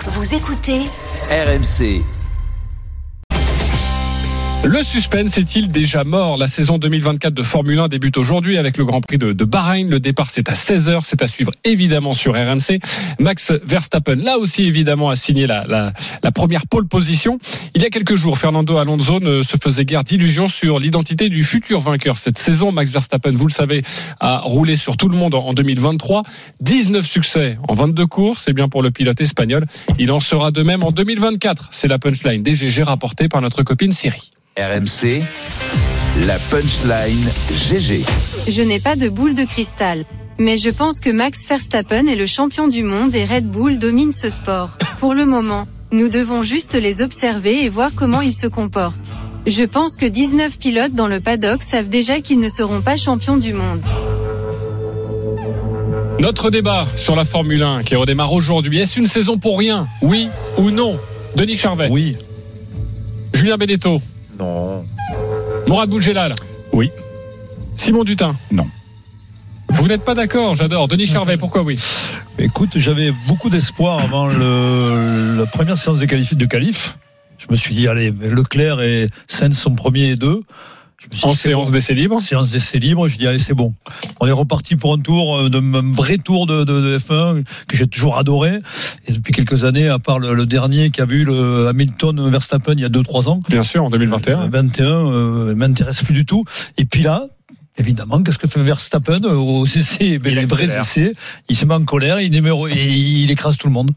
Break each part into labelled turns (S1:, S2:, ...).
S1: Vous écoutez
S2: RMC.
S3: Le suspense est-il déjà mort La saison 2024 de Formule 1 débute aujourd'hui avec le Grand Prix de, de Bahreïn. Le départ, c'est à 16h. C'est à suivre évidemment sur RMC. Max Verstappen, là aussi évidemment, a signé la, la, la première pole position. Il y a quelques jours, Fernando Alonso ne se faisait guère d'illusions sur l'identité du futur vainqueur cette saison. Max Verstappen, vous le savez, a roulé sur tout le monde en en 2023. 19 succès en 22 courses. C'est bien pour le pilote espagnol. Il en sera de même en 2024. C'est la punchline DGG rapportée par notre copine Siri.
S2: RMC. La punchline GG.
S4: Je n'ai pas de boule de cristal. Mais je pense que Max Verstappen est le champion du monde et Red Bull domine ce sport. Pour le moment, nous devons juste les observer et voir comment ils se comportent. Je pense que 19 pilotes dans le paddock savent déjà qu'ils ne seront pas champions du monde.
S3: Notre débat sur la Formule 1 qui redémarre aujourd'hui. Est-ce une saison pour rien Oui ou non Denis Charvet.
S5: Oui.
S3: Julien Beneteau.
S5: Non.
S3: Mourad Boudjelal.
S5: Oui.
S3: Simon Dutin.
S5: Non. Mm-hmm.
S3: Vous n'êtes pas d'accord, j'adore. Denis Charvet, pourquoi oui
S5: Écoute, j'avais beaucoup d'espoir avant le, la première séance de qualif. De qualif. Je me suis dit, allez, Leclerc et Sainz sont premiers et deux. Je me suis
S3: En
S5: dit, c'est
S3: séance
S5: bon.
S3: d'essai libre.
S5: Séance d'essai libre, je dis allez c'est bon. On est reparti pour un tour, euh, de, un vrai tour de, de- de F1 que j'ai toujours adoré. Et depuis quelques années, à part le, le dernier qui a vu le Hamilton Verstappen il y a 2-3 ans,
S3: Bien sûr, en 2021.
S5: Le 21 euh, m'intéresse plus du tout. Et puis là, évidemment, qu'est-ce que fait Verstappen euh, au CC ben,
S6: Il
S5: Les vrais
S6: accélère.
S5: essais, il se met en colère, il, numéro, et il écrase tout le monde.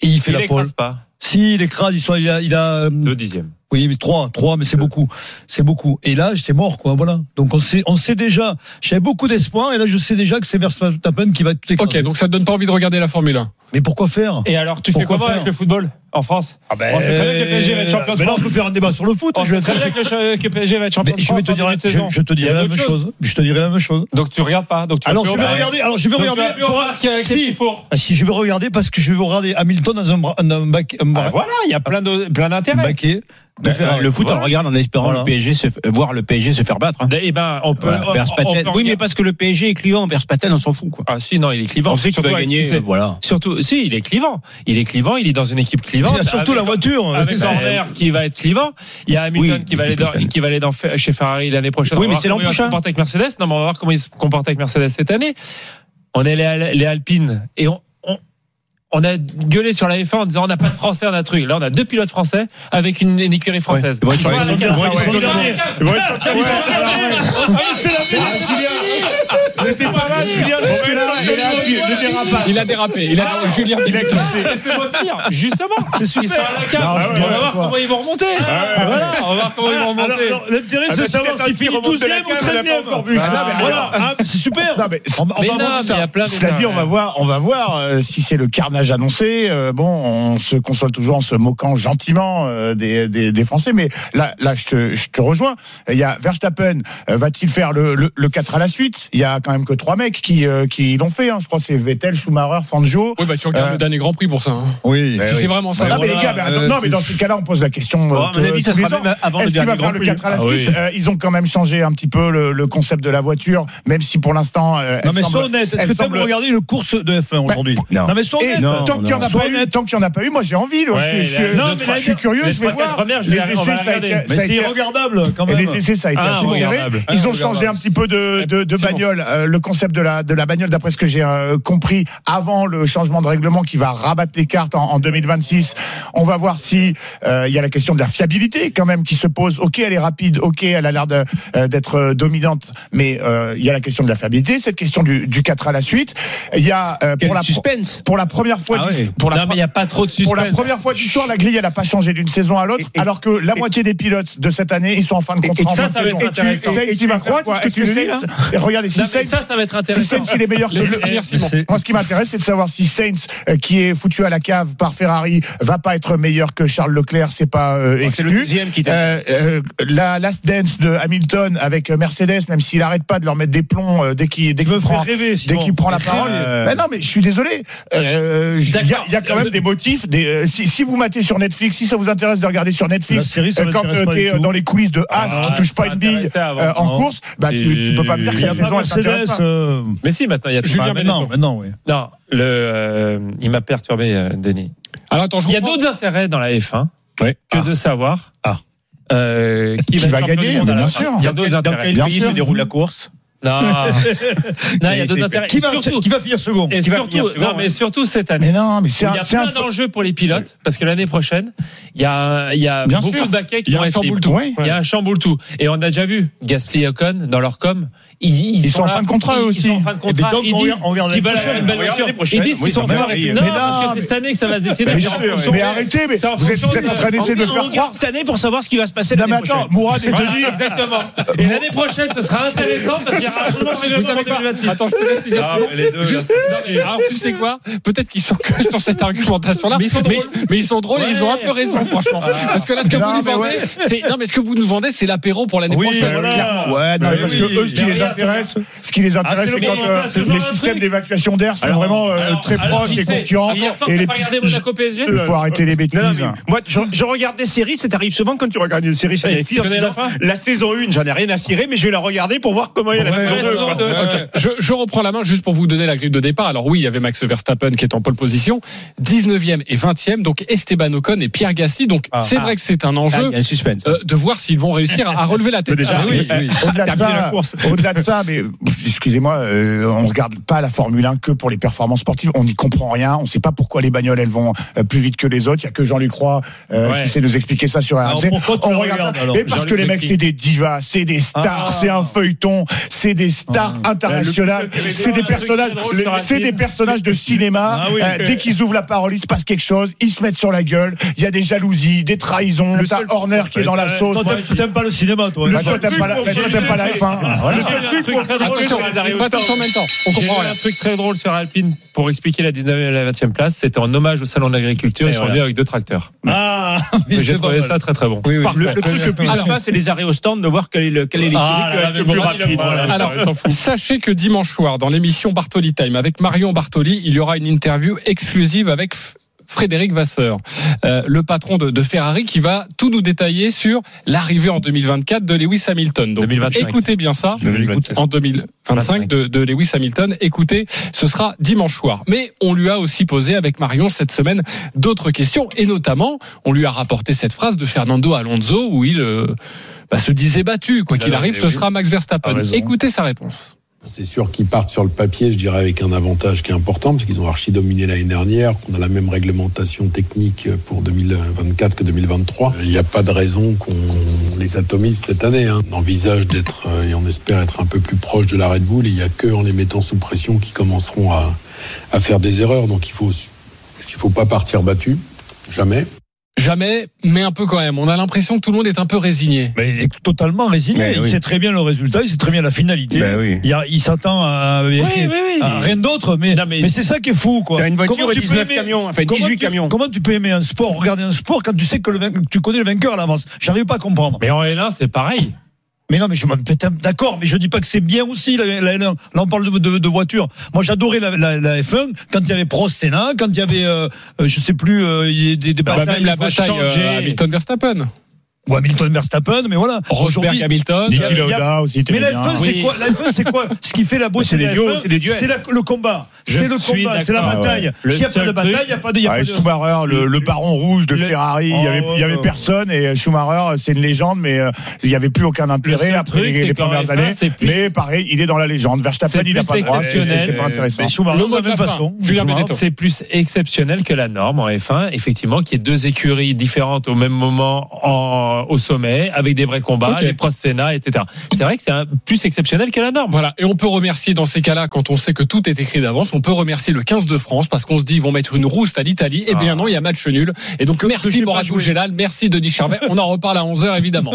S5: Et il fait
S6: il
S5: la pole.
S6: écrase pas.
S5: Si, il écrase, il, soit- il a, il a, euh,
S6: Deux dixièmes.
S5: oui, mais trois, trois, mais c'est beaucoup, c'est beaucoup. Et là, j'étais mort, quoi, voilà. Donc on sait, on sait déjà. J'avais beaucoup d'espoir, et là, je sais déjà que c'est Verstappen qui va tout
S3: Ok,
S5: écraser.
S3: donc ça ne donne pas envie de regarder la Formule 1.
S5: Mais pourquoi faire
S7: Et alors, tu fais
S5: Pourquoi
S7: comment
S5: faire
S7: avec le football en France
S5: Ah ben,
S7: on sait très bien que le PSG va être champion de
S5: mais là, on
S7: France.
S5: peut faire un débat sur le foot.
S7: On
S5: je
S7: sait
S5: vais
S7: très
S5: être-
S7: bien que le ch- que le PSG va être
S5: Mais
S7: champion de
S5: je
S7: France.
S5: vais te
S7: en
S5: dire, la-
S7: début
S5: je,
S7: de saison.
S5: je te
S7: Il y
S5: dirai
S7: a
S5: la
S7: d'autres
S5: même
S7: choses.
S5: chose. Je te dirai la même chose.
S7: Donc tu regardes pas. Donc tu
S5: Alors
S7: vas
S5: je
S7: plus
S5: vais
S7: au-
S5: regarder. Alors je vais
S7: Donc, tu
S5: regarder.
S7: vas plus au parc avec
S5: Si.
S7: les petits fours.
S5: Ah, si je vais regarder parce que je vais regarder Hamilton dans un, bra- un, un bac, un
S7: Ah, Ben,
S5: bra-
S7: Voilà, il y a plein de- plein
S5: un
S7: d'intérêts.
S5: baquet de Ferrari.
S8: Le foot, on le regarde en espérant
S5: Voilà.
S8: le PSG se, euh, voir le PSG se faire battre. hein.
S7: Eh ben, on
S1: Euh,
S7: peut.
S8: Voilà,
S7: on-
S8: Verstappen.
S7: on peut
S8: oui, mais
S7: regarder-
S8: parce que le PSG est client, Verspaten, on s'en fout. Quoi.
S7: Ah si, non, il est clivant.
S8: On sait qu'il
S7: Surtout
S8: va
S7: avec qui
S8: gagner.
S1: euh,
S7: c'est.
S8: Voilà.
S7: Surtout, si, il est clivant. Il est clivant, il est dans une équipe clivante.
S5: Il a surtout
S7: avec-
S5: la voiture.
S7: Avec
S5: Ben,
S7: Horner qui va être clivant. Il y a Hamilton
S8: Oui,
S7: qui, va aller dans, qui va aller dans- chez Ferrari l'année prochaine.
S8: Oui,
S7: On va
S8: mais
S7: voir
S8: c'est
S7: comment
S8: l'an prochain.
S7: Il va se comporter avec Mercedes. Non, mais on va voir comment il se comporte avec Mercedes cette année. On est les, Al- les Alpines et on, on, on a gueulé sur la F1 en disant on n'a pas de Français, on a un truc. Là, on a deux pilotes français avec une, une écurie française.
S8: Ouais, ils
S7: Ils
S8: vont
S7: sont
S8: être-
S7: à la
S8: ils sont
S7: guerre.
S5: bien,
S7: Ils sont
S5: ouais.
S7: bien.
S5: Ils
S7: Ils sont bien.
S5: Ah,
S6: C'était pas mal, Julien.
S3: Il a dérapé. Il
S6: Ah,
S3: a, Julien Beneteau.
S7: Laissez-moi finir. hein. Justement,
S5: C'est super.
S7: ils sont à la cave.
S5: Ah ouais,
S7: on
S5: ouais,
S7: va voir
S5: toi.
S7: comment ils vont remonter. Voilà, on va voir comment ils vont
S5: Alors,
S7: remonter.
S5: alors, L'intérêt,
S6: Ah,
S5: c'est
S6: bah,
S5: de savoir
S6: peut-être un
S5: s'il finit
S6: qui remonte de la
S5: 12e ou
S6: cave à la
S5: 13e.
S6: pompe.
S5: Corbuche.
S6: Ah, non, mais
S5: Voilà, hein, c'est super.
S6: Non, mais
S5: On- on
S7: Mais
S5: va
S7: non,
S5: voir
S7: mais
S5: ça.
S7: il y a plein de
S6: Cela dit, on va voir, on va voir euh, si c'est le carnage annoncé. Euh, bon, on se console toujours en se moquant gentiment euh, des, des, des Français, mais là, là, je te, je te rejoins. Il y a Verstappen, euh, va-t-il faire le, le, le 4 à la suite Il y a quand même que trois mecs qui, euh, qui l'ont fait. Hein. Je crois que c'est Vettel, Schumacher, Fangio.
S3: Oui, bah tu regardes
S6: Euh.
S3: le dernier Grand Prix pour ça. hein.
S5: Oui. Bah,
S3: Si c'est vraiment ça.
S6: Ah, mais les gars, mais attends, non, mais dans ce cas-là, on pose la question. euh,
S8: Bon, Euh, Oh, à mon
S6: tous-
S8: avis, ça
S6: tous les
S8: sera
S6: ans.
S8: même avant le
S6: Est-ce qu'il
S8: dernier
S6: va faire
S8: Grand
S6: le
S8: Prix.
S6: 4 à la
S3: Ah oui.
S6: suite Euh, Ils ont quand même changé un petit peu le, le concept de la voiture, même si pour l'instant. euh,
S5: Non
S6: elle
S5: mais
S6: semble-
S5: sois honnête, est-ce
S6: elle
S5: que t'aimes
S6: semble-
S5: regarder une course de F1 aujourd'hui
S8: non.
S5: mais sois
S6: Et
S5: honnête.
S8: non,
S6: tant qu'il n'y en, a
S5: Sois
S6: pas eu,
S5: honnête.
S6: tant qu'il y en a pas eu, moi j'ai envie. là.
S7: Ouais,
S6: je, suis-
S7: la-
S6: je-
S7: la-
S6: je
S7: la-
S6: suis curieux,
S7: les
S6: je vais
S7: trois, quatre
S6: voir.
S7: premières, je
S6: les
S7: vais aller- on va
S6: essais, ça a
S7: regarder.
S6: été- ça
S5: Mais
S6: a
S5: c'est
S6: été
S5: irregardable quand
S6: et
S5: même.
S6: les essais, ça a été
S7: Ah,
S6: assez serré.
S7: regardable.
S6: Ils
S5: Ah,
S6: ont changé
S5: regardable.
S6: un petit peu de, de, de
S3: C'est bon.
S6: bagnole. Euh, le concept de la, de la bagnole, d'après ce que j'ai euh, compris, avant le changement de règlement qui va rabattre les cartes en, en 2026, on va voir si euh, il y a la question de la fiabilité quand même qui se pose. Ok, elle est rapide. Ok, elle a l'air de- euh, d'être euh, dominante, mais euh, il y a la question de la fiabilité. Cette question du, du 4 à la suite. Il y a euh, pour la
S8: suspense.
S6: pour la première fois
S8: Ah
S6: de l'his-
S8: ouais.
S6: pour la
S7: non, mais il n'y a pas trop de suspense.
S6: pour la première fois de l'histoire, la grille, elle n'a pas changé d'une saison à l'autre,
S8: Et- et-
S6: alors que la moitié des pilotes de cette année, ils sont en fin de contrat. en
S7: ça,
S6: fin de
S7: ça va
S6: saison.
S7: être intéressant.
S6: Et tu-
S8: Et
S6: Sainz,
S8: tu
S6: il va
S8: vas
S6: crois
S8: croire
S6: quoi
S8: tout
S6: Est-ce
S8: ce que
S6: que
S8: tu dis,
S6: Sainz. Regardez, si
S7: Non, mais ça,
S6: Sainz.
S7: ça va être
S6: Si
S7: intéressant.
S6: Sainz, il est meilleur que
S3: Laissez finir Simon.
S5: c'est-
S6: moi, ce qui m'intéresse, c'est de savoir si Sainz, euh, qui est foutu à la cave par Ferrari, va pas être meilleur que Charles Leclerc. C'est pas euh,
S8: C'est le
S6: exclu.
S8: deuxième qui t'a.
S6: Euh, euh, la last dance de Hamilton avec Mercedes, même s'il arrête pas de leur mettre des plombs euh, dès qu'il dès
S5: Tu me
S6: qu'il
S5: fais
S6: prend
S5: rêver.
S6: dès
S5: Simon.
S6: qu'il prend la parole.
S5: Euh,
S6: Ben non, mais je suis désolé. Euh, je- Il y, a-
S7: D'accord.
S6: il y a quand même des motifs. Des, euh, si, si vous matez sur Netflix, si ça vous intéresse de regarder sur
S5: La
S6: Netflix,
S5: série, ça
S6: euh, quand
S5: m'intéresse
S6: euh,
S5: pas du
S6: t'es euh,
S5: tout.
S6: dans les coulisses de Haas
S7: Ah,
S6: qui touche pas
S7: ça
S6: une bille
S7: m'intéressait avant.
S6: euh, en
S5: Non.
S6: course, bah, tu, tu peux pas me dire que
S5: Il y a
S6: cette
S5: pas
S6: saison elle
S5: Mercedes,
S7: passe
S5: Mercedes.
S7: pas.
S5: euh,
S7: Mais si, maintenant, il y a
S5: bah,
S7: Julien
S5: maintenant,
S7: Benetton.
S5: maintenant, oui.
S7: Non, le, euh, il m'a perturbé, euh, Denis.
S3: Alors attends, je
S7: Il y a
S3: reprends.
S7: d'autres intérêts dans la F1
S5: Ouais.
S7: que
S5: Ah.
S7: de savoir
S5: Ah.
S7: euh, qui,
S6: Qui
S7: être
S6: va
S7: champion
S6: gagner,
S7: du monde à
S6: mais
S7: la
S6: bien
S7: fin.
S6: sûr.
S7: Il y a d'autres
S8: Dans
S7: intérêts.
S8: quel
S6: Bien
S8: pays
S6: sûr.
S8: se déroule la course
S7: Non, Non, il y a
S8: C'est-
S7: d'autres
S8: c'est-
S7: intérêts.
S8: Qui
S7: Et
S8: va,
S7: surtout,
S8: qui va finir second
S7: et
S8: Qui va
S7: surtout-
S8: finir second
S7: non, mais surtout cette année.
S6: Mais non, mais
S7: Il
S6: c'est
S7: y
S6: un,
S7: a
S6: c'est
S7: plein
S6: un-
S7: d'enjeux pour les pilotes parce que l'année prochaine, il y a, il y a
S6: Bien
S7: beaucoup
S6: sûr.
S7: de baquets qui
S3: Il y a
S7: vont
S3: un
S7: être libres.
S3: chamboule tout.
S6: Oui.
S7: Il y a un chamboule tout. Et on a déjà vu Gasly et Ocon dans leur com. Ils,
S6: Ils sont en
S7: là,
S6: fin de contrat,
S7: ils-
S6: eux
S7: Ils
S6: aussi.
S7: sont en fin de
S8: Eh ben,
S7: contrat.
S8: donc,
S7: Ils
S8: on
S7: disent
S8: regarde- on regarde
S7: qu'ils
S8: l'année
S7: veulent jouer une belle
S8: prochaine.
S7: voiture.
S8: Regardez
S7: Ils
S8: prochaine.
S7: disent
S8: Oui,
S7: qu'ils sont en
S8: ça
S7: fin
S8: va, oui.
S7: de Non,
S6: Mais non,
S7: parce que
S6: mais-
S7: c'est cette année que ça va se décider.
S6: Mais,
S7: Ils
S6: sûr,
S7: sont-
S6: mais arrêtez, mais
S7: c'est en
S6: vous êtes
S7: fonction
S6: vous êtes en train d'essayer de le faire croire.
S8: cette année pour savoir ce qui va se passer
S6: Non, mais
S8: l'année prochaine.
S6: attends, Mourad et Denis,
S7: Voilà, exactement. Et l'année prochaine, ce sera intéressant parce qu'il y aura un changement de
S3: Vous
S7: règlement en
S3: savez quoi
S7: 2026.
S3: Attends, je te laisse finir.
S7: Ah,
S3: Simon.
S7: mais les deux, là,
S3: Juste- non, mais alors, tu sais quoi Peut-être qu'ils sont que sur cette argumentation-là.
S7: Mais ils sont
S3: mais,
S7: drôles. Ah.
S3: mais ils sont drôles et ils ont un peu raison, franchement. Parce que là, ce que
S6: Non,
S3: vous nous
S6: mais
S3: vendez,
S6: ouais.
S3: c'est non, mais ce que vous nous vendez, c'est l'apéro pour l'année
S5: Oui,
S3: prochaine.
S5: voilà.
S3: clairement.
S6: Ouais, non,
S5: Mais
S6: parce
S5: oui,
S6: que eux, ce qui
S7: derrière,
S6: les intéresse, ce qui les
S7: Ah,
S6: intéresse,
S7: c'est le
S6: c'est quand
S7: moment,
S6: euh,
S7: c'est ce genre
S6: les
S7: de
S6: systèmes
S7: truc.
S6: d'évacuation d'air sont
S7: Alors,
S6: vraiment euh,
S7: alors,
S6: très
S7: alors,
S6: proches
S7: qui
S6: et
S7: sait
S6: concurrents.
S7: Hier soir,
S6: Et
S7: t'as
S6: les Euh,
S7: pas regardé Monaco PSG
S6: Il faut arrêter les bêtises.
S1: Non, non, mais Ah. moi, je, je regarde des séries, ça t'arrive souvent quand tu regardes une série, ça
S7: Et
S1: les filles en
S7: tu connais
S1: disant,
S7: la fin
S1: la saison 1, j'en ai rien à cirer, mais je vais la regarder pour voir comment il y a la
S7: Ouais,
S1: saison
S7: ouais,
S1: 2.
S7: saison
S1: quoi.
S7: deux.
S3: Ok. Je, je reprends la main juste pour vous donner la grille de départ. Alors oui, il y avait Max Verstappen qui est en pole position, 19e et 20e, donc Esteban Ocon et Pierre Gasly. Donc c'est vrai que c'est un
S8: Ah,
S3: enjeu
S8: il y a un suspense.
S3: euh, de voir s'ils vont réussir à, à relever la tête. Ah, oui.
S6: Au-delà de,
S3: Terminer la
S6: ça, au-delà de ça, mais pff, excusez-moi, euh, on regarde pas la Formule 1 que pour les performances sportives. On n'y comprend rien. On sait pas pourquoi les bagnoles elles vont euh, plus vite que les autres. Il y a que Jean-Luc Roy euh,
S7: Ouais.
S6: qui sait nous expliquer ça sur
S5: Alors,
S6: RMC.
S5: pourquoi tu
S6: On
S5: le
S6: regarde
S5: regardes,
S6: ça.
S5: alors
S6: Mais parce
S7: Jean-Luc
S6: que les mecs
S7: Becquy.
S6: c'est des divas, c'est des stars,
S5: Ah.
S6: c'est un feuilleton, c'est des stars internationales,
S7: le petit
S6: c'est des
S7: Québécois,
S6: personnages,
S7: un truc très drôle sur un
S6: c'est
S7: film.
S6: des personnages de cinéma.
S5: Ah oui.
S6: Euh, dès qu'ils ouvrent la parole, il se passe quelque chose. Ils se mettent sur la gueule. Il y a des jalousies, des trahisons. T'as Horner qui est dans la sauce.
S5: Toi, t'aimes- T'aimes pas le cinéma, toi
S6: Le
S5: hein.
S6: seul t'aimes pas la,
S7: J'ai
S6: Bah, toi, t'aimes pas la
S7: vu-
S6: F1. Voilà.
S7: J'ai vu un truc très drôle
S3: Attention,
S7: sur les arrêts au
S3: pas tous en
S7: stand.
S3: même temps. On
S7: J'ai
S3: comprend
S7: vu
S3: rien.
S7: un truc très drôle sur Alpine pour expliquer la 19e et la 20e place. C'était en hommage au salon de l'agriculture. Ils sont venus avec deux tracteurs.
S5: Ah mais
S7: J'ai
S5: c'est pas
S7: trouvé
S5: mal.
S7: ça très très bon. Parfait.
S8: Le, le truc le plus
S3: Alors-
S8: sympa, c'est les arrêts au stand de voir quel est le, quel est
S7: Ah,
S8: l'électrique,
S7: là,
S8: euh,
S7: mais
S8: le plus
S7: Mourad, il
S8: rapide.
S7: a-
S8: voilà.
S7: Ah,
S3: Alors,
S7: ouais, s'en fout.
S3: sachez que dimanche soir, dans l'émission Bartoli Time avec Marion Bartoli, il y aura une interview exclusive avec F- Frédéric Vasseur, euh, le patron de, de Ferrari, qui va tout nous détailler sur l'arrivée en 2024 de Lewis Hamilton. Donc,
S7: 2025.
S3: écoutez bien ça.
S8: 2027.
S3: En 2025 de, de Lewis Hamilton. Écoutez, ce sera dimanche soir. Mais on lui a aussi posé avec Marion cette semaine d'autres questions et notamment, on lui a rapporté cette phrase de Fernando Alonso où il euh, bah, se disait battu. Quoi qu'il arrive, ce sera Max Verstappen. Écoutez sa réponse.
S9: C'est sûr qu'ils partent sur le papier, je dirais, avec un avantage qui est important, parce qu'ils ont archi-dominé l'année dernière, qu'on a la même réglementation technique pour 2024 que 2023. Il n'y a pas de raison qu'on les atomise cette année. hein. On envisage d'être, euh, et on espère être un peu plus proche de la Red Bull, et il n'y a que en les mettant sous pression qu'ils commenceront à, à faire des erreurs. Donc il ne faut, il faut pas partir battu, jamais.
S3: Jamais, mais un peu quand même. On a l'impression que tout le monde est un peu résigné.
S5: Mais il est totalement résigné.
S8: Mais
S5: il
S8: oui.
S5: sait très bien le résultat, il sait très bien la
S1: Bah
S5: finalité.
S8: Ben oui.
S5: Il, y a- il s'attend à,
S8: Ah,
S5: à rien d'autre, mais,
S7: Non, mais-
S5: mais, c'est ça qui est fou. quoi.
S8: T'as une voiture
S5: Comment
S8: et
S5: tu peux
S8: 19
S5: aimer-
S8: camions, enfin,
S5: comment
S8: 18
S5: tu-
S8: camions.
S5: Comment tu peux aimer un sport, regarder un sport quand tu sais que le vain- tu connais le vainqueur à l'avance J'arrive pas à comprendre. Mais,
S7: Mais en L1, c'est pareil.
S5: non, mais je m'en pète un- d'accord, mais je dis pas que c'est bien aussi la, la L1. Là, on parle de, de- de voiture. Moi, j'adorais la, la- la F1 quand il y avait Prost Senna, quand il y avait, euh, euh, je sais plus, euh, il y a des, des
S3: Bah,
S5: batailles.
S3: même la
S5: il faut
S3: bataille euh,
S5: changer.
S3: Hamilton-Verstappen.
S5: Ou Hamilton Verstappen, mais voilà. Aujourd'hui,
S3: Rosberg-Hamilton.
S5: il y a-
S6: Niki
S5: il y a-
S6: Lauda aussi,
S5: Mais
S6: t'aimais
S5: la
S6: bien.
S5: F1, c'est
S7: Oui.
S5: quoi La F1, c'est quoi Ce qui fait la beauté
S8: C'est les
S5: de la
S8: duos,
S5: F1,
S8: c'est les duels.
S5: la- le combat.
S7: Je
S5: C'est le
S7: suis
S5: combat, c'est la
S7: d'accord.
S5: bataille.
S7: Le
S5: S'il n'y a pas
S7: seul
S5: de bataille, il n'y a pas de. il y a
S8: Ah,
S6: Ouais,
S5: pas de-
S6: Ah, Schumacher, le, le baron rouge de
S5: le-
S6: Ferrari, il y
S5: Oh,
S6: avait, il y avait
S5: ouais.
S6: personne et euh, Schumacher, c'est une légende, mais euh, il n'y avait plus aucun intérêt
S7: seul
S6: après
S7: truc,
S6: les,
S7: c'est
S6: les
S7: qu'en
S6: premières
S7: F1,
S6: années.
S7: c'est plus-
S6: Mais pareil, il est dans la légende.
S7: C'est
S6: Verstappen, il n'a
S7: plus
S6: pas le droit. C'est
S7: exceptionnel.
S6: c'est pas intéressant.
S5: Mais Schumacher,
S3: Le
S5: de
S3: mot
S5: la
S3: de
S5: même
S3: la
S5: façon.
S3: fin. Julien
S5: Schumacher.
S3: Benetton.
S7: C'est plus exceptionnel que la norme en F1, effectivement, qu'il y ait deux écuries différentes au même moment en- au sommet, avec des vrais combats,
S3: Ok.
S7: les pros Sénat, etc. C'est vrai que c'est un- plus exceptionnel que la norme.
S3: Voilà. Et on peut remercier dans ces cas-là, quand on sait que tout est écrit d'avance, on peut remercier le 15 de France parce qu'on se dit ils vont mettre une rouste à l'Italie. Eh bien
S7: Ah.
S3: non, il y a match nul. Et donc merci Morad Bougélal, merci Denis Charvet. On en reparle à 11h évidemment.